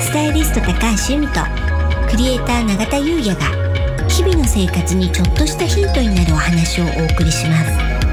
スタイリスト高橋由美とクリエイター永田優也が日々の生活にちょっとしたヒントになるお話をお送りします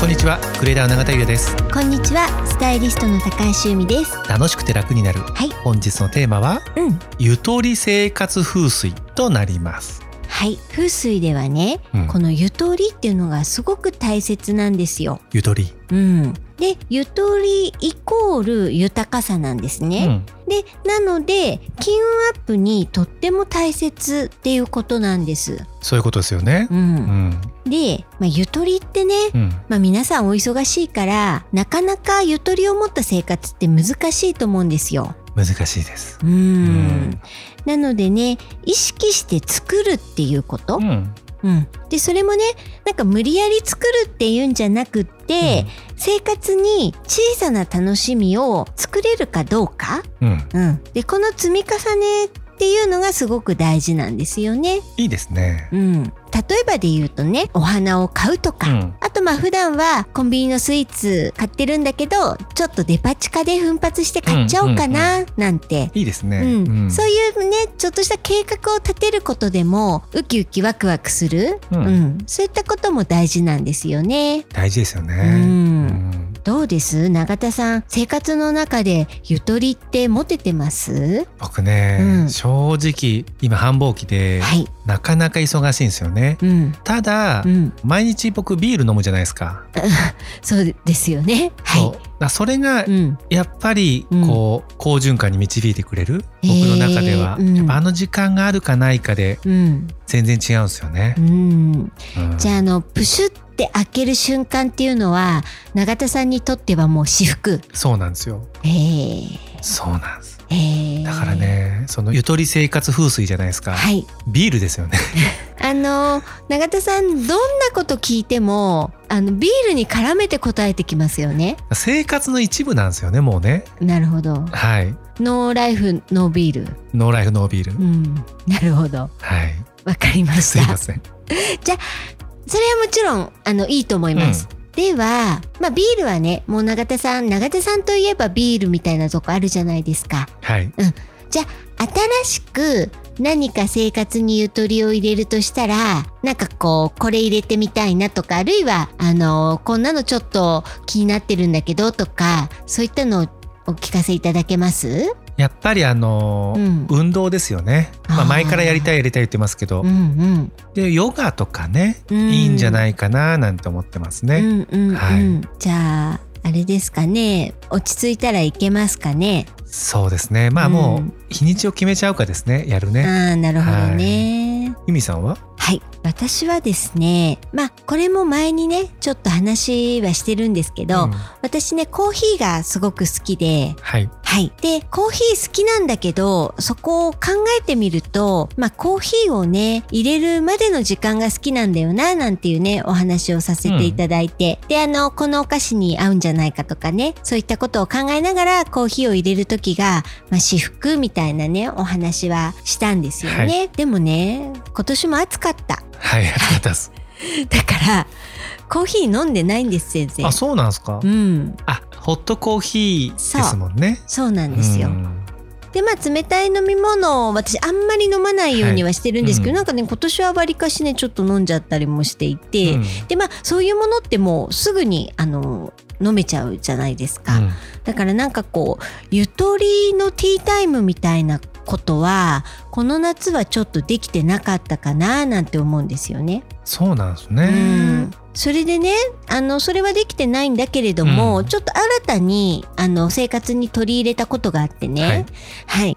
こんにちはクレーター永田優也ですこんにちはスタイリストの高橋由美です楽しくて楽になる、はい本日のテーマはうんゆとり生活風水となりますはい風水ではね、うんこのゆとりっていうのがすごく大切なんですよゆとり、うんでゆとりイコール豊かさなんですうね、ん、でなので金運アップにとっても大切っていうことなんです。そういうことですよねう、うんんで、まあ、ゆとりってね、うんまあ、皆さんお忙しいからなかなかゆとりを持った生活って難しいと思うんですよ。難しいですうんうんなのでね意識して作るっていうことう、んうん、でそれもねなんか無理やり作るっていうんじゃなくって、生活に小さな楽しみを作れるかどうかうんうん、でこの積み重ねっていうのがすごく大事なんですよね。いいですねうん、例えばで言うとねお花を買うとか、うんあとまあ普段はコンビニのスイーツ買ってるんだけどちょっとデパ地下で奮発して買っちゃおうかななんて。いいですねうんそういうねちょっとした計画を立てることでもウキウキワクワクする、うんうんそういったことも大事なんですよね。大事ですよう、ねうんんどうです永田さん生活の中でゆとりって持ててます僕ね、うん正直今繁忙期で、はい。なかなか忙しいんですよねうん。ただ、うん。毎日僕ビール飲むじゃないですか、そうですよね。はそい。うだからそれがうん。やっぱりこう、好循環に導いてくれる僕の中では、えーうんやっぱあの時間があるかないかでうん。全然違うんですよねう、ん。うんじゃあ、あの、プシュって開ける瞬間っていうのは、永田さんにとってはもう私服。そうなんですよええそうなんですええだから。ねそのゆとり生活風水じゃないですか、はい。ビールですよね あの、永田さん、どんなこと聞いても、あの、ビールに絡めて答えてきますよね。生活の一部なんですよねもうねなるほど。はいノーライフ、ノービール。ノーライフノービール、うん。なるほど。はいわかりましすいたま。せんそれはもちろんあのいいと思います。では、まあ、ビールはねもう永田さん永田さんといえばビールみたいなとこあるじゃないですか。はい新しく何か生活にゆとりを入れるとしたらなんかこうこれ入れてみたいなとかあるいはあのこんなのちょっと気になってるんだけどとかそういったのをお聞かせいただけます、やっぱりあのーうん運動ですよね、あまーあ、前からやりたいやりたい言ってますけど、うんでヨガとかねうん、いいんじゃないいかななんて思ってますね、うんうんうんはいじゃああれですかね落ち着いたらいけますかねそうですねまあもうんう日にちを決めちゃうかですねやるね、ああなるほどね。ゆみさんははい、私はですね、まあこれも前にねちょっと話はしてるんですけど、うん私ねコーヒーがすごく好きで、はいはい、でコーヒー好きなんだけどそこを考えてみると、まあコーヒーをね入れるまでの時間が好きなんだよななんていうねお話をさせていただいて、であのこのお菓子に合うんじゃないかとかねそういったことを考えながらコーヒーを入れる時がまあ、私服みたいなねお話はしたんですよね、はでもね今年も暑か ったはいありがとうご ざいますだからコーヒー飲んでないんです全然あそうなんですか、うんあホットコーヒーですもんねそうなんですよ、うんでまあ冷たい飲み物を私あんまり飲まないようにはしてるんですけど、はいうんなんかね今年はわりかしねちょっと飲んじゃったりもしていて、うんでまあそういうものってもうすぐにあの飲めちゃうじゃないですか、うんだからなんかこうゆとりのティータイムみたいなことはこの夏はちょっとできてなかったかななんて思うんですよね。そうなんですうねんそれでねあのそれはできてないんだけれども、うんちょっと新たにあの生活に取り入れたことがあってね、ははいい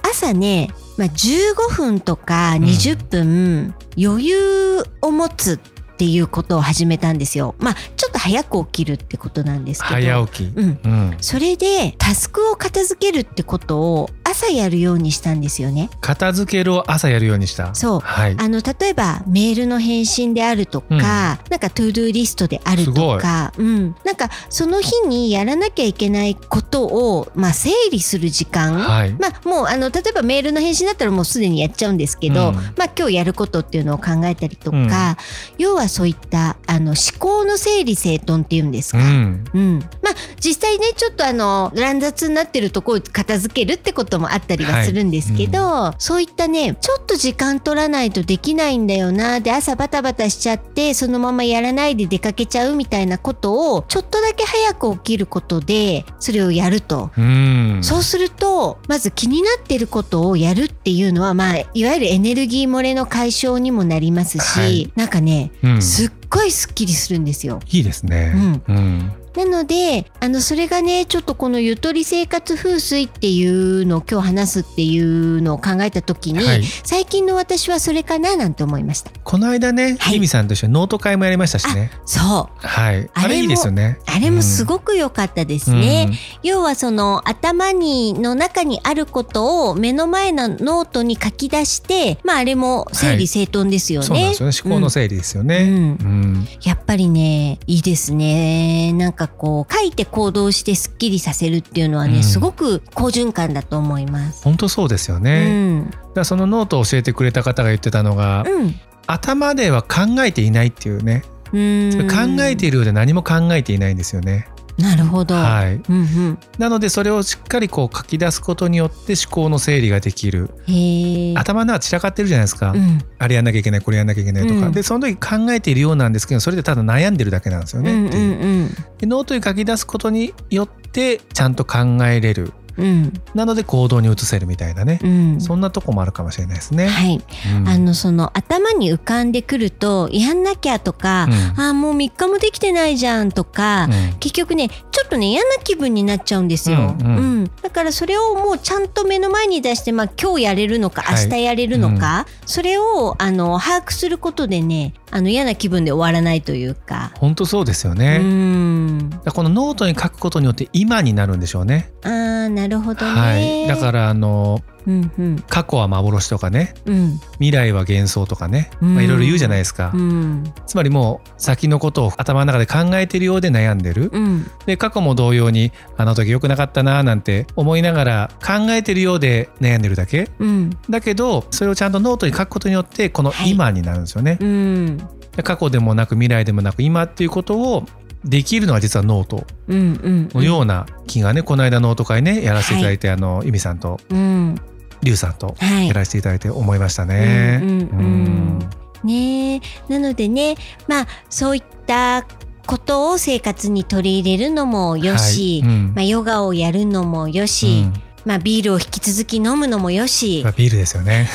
朝ね、まあ、15分とか20分余裕を持つっていうことを始めたんですよ。まあちょっと早く起きるってことなんですけど。早起きうんうんそれでタスクを片付けるってことを朝やるようにしたんですよね。片付けるを朝やるようにしたそうはいあの例えばメールの返信であるとか、うんなんかトゥードゥーリストであるとか、うん、なんかその日にやらなきゃいけないことを、まあ、整理する時間、はいまあ、もうあの例えばメールの返信だったらもうすでにやっちゃうんですけど、うんまあ、今日やることっていうのを考えたりとか、うん要はそういったあの思考の整理整頓っていうんですうか。んうん、まあ実際ねちょっとあの乱雑になってるとこを片付けるってこともあったりはするんですけど、そういったねちょっと時間取らないとできないんだよなで朝バタバタしちゃってそのままやらないで出かけちゃうみたいなことをちょっとだけ早く起きることでそれをやると。うんそうするとまず気になってることをやるっていうのは、まあ、いわゆるエネルギー漏れの解消にもなりますし、はいなんかねうんすっごいすっきりするんですよ。いいですねうんなのであのそれがねちょっとこのゆとり生活風水っていうのを今日話すっていうのを考えた時に、はい最近の私はそれかななんて思いましたこの間ねはいゆみさんと一緒にノート会もやりましたしねそうはあいれもあれいいですよねあれもすごく良かったですね、要はその頭にの中にあることを目の前のノートに書き出してまああれも整理整頓ですうよんね、そうなんですよね思考の整理ですよねうんうんやっぱりねいいですねなんかこう書いて行動してすっきりさせるっていうのはね、うんすごく好循環だと思います。本当そうですようねんだからそのノートを教えてくれた方が言ってたのが頭では考えていないっていうねうん、うん考えているようで何も考えていないんですよねなるほど、はいうんうん、なのでそれをしっかりこう書き出すことによって思考の整理ができるへえ、頭の中散らかってるじゃないですか、うんあれやんなきゃいけないこれやんなきゃいけないとか、うんでその時考えているようなんですけどそれでただ悩んでるだけなんですようねんっていう、うんでノートに書き出すことによってちゃんと考えれるうんなので行動に移せるみたいなね、うんそんなとこもあるかもしれないですね。はい、うんあのその頭に浮かんでくるとやんなきゃとか、うんあーもう3日もできてないじゃんとか、うん結局ねちょっとね嫌な気分になっちゃうんですよ、ううんんうんだからそれをもうちゃんと目の前に出して、まあ、今日やれるのかはい明日やれるのか、それをあの把握することでねあの嫌な気分で終わらないというか。本当そうですようね、だかんらこのノートに書くことによって今になるんでしょうね。あーなるほどね、はい、だからあのうんうん過去は幻とかねうん未来は幻想とかね、うんまあ、いろいろ言うじゃないですか、うんつまりもう先のことを頭の中で考えてるようで悩んでる、うんで過去も同様にあの時良くなかったなーなんて思いながら考えてるようで悩んでるだけうんだけどそれをちゃんとノートに書くことによってこのはい今になるんですよね、うんで過去でもなく未来でもなく今っていうことをできるのは実はノートうんうんのような気がね、この間ノート会ねやらせていただいて、あのゆみさんとうんりゅうさんとはいやらせていただいて思いましたね。うんうんうんねえなのでねまあそういったことを生活に取り入れるのもよし、はいうんまあ、ヨガをやるのもよし、うんまあ、ビールを引き続き飲むのもよしやっぱビールですよね。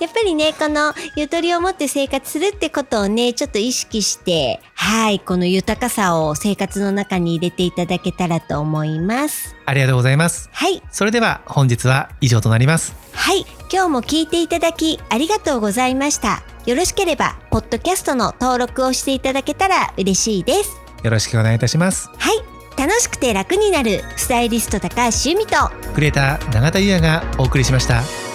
やっぱりねこのゆとりを持って生活するってことをねちょっと意識してはいこの豊かさを生活の中に入れていただけたらと思います。ありがとうございます。はいそれでは本日は以上となります。はい、今日も聞いていただきありがとうございました。よろしければ、ポッドキャストの登録をしていただけたら嬉しいです。よろしくお願いいたします。はい、楽しくて楽になるスタイリスト高橋由美とクリエイター永田優也がお送りしました。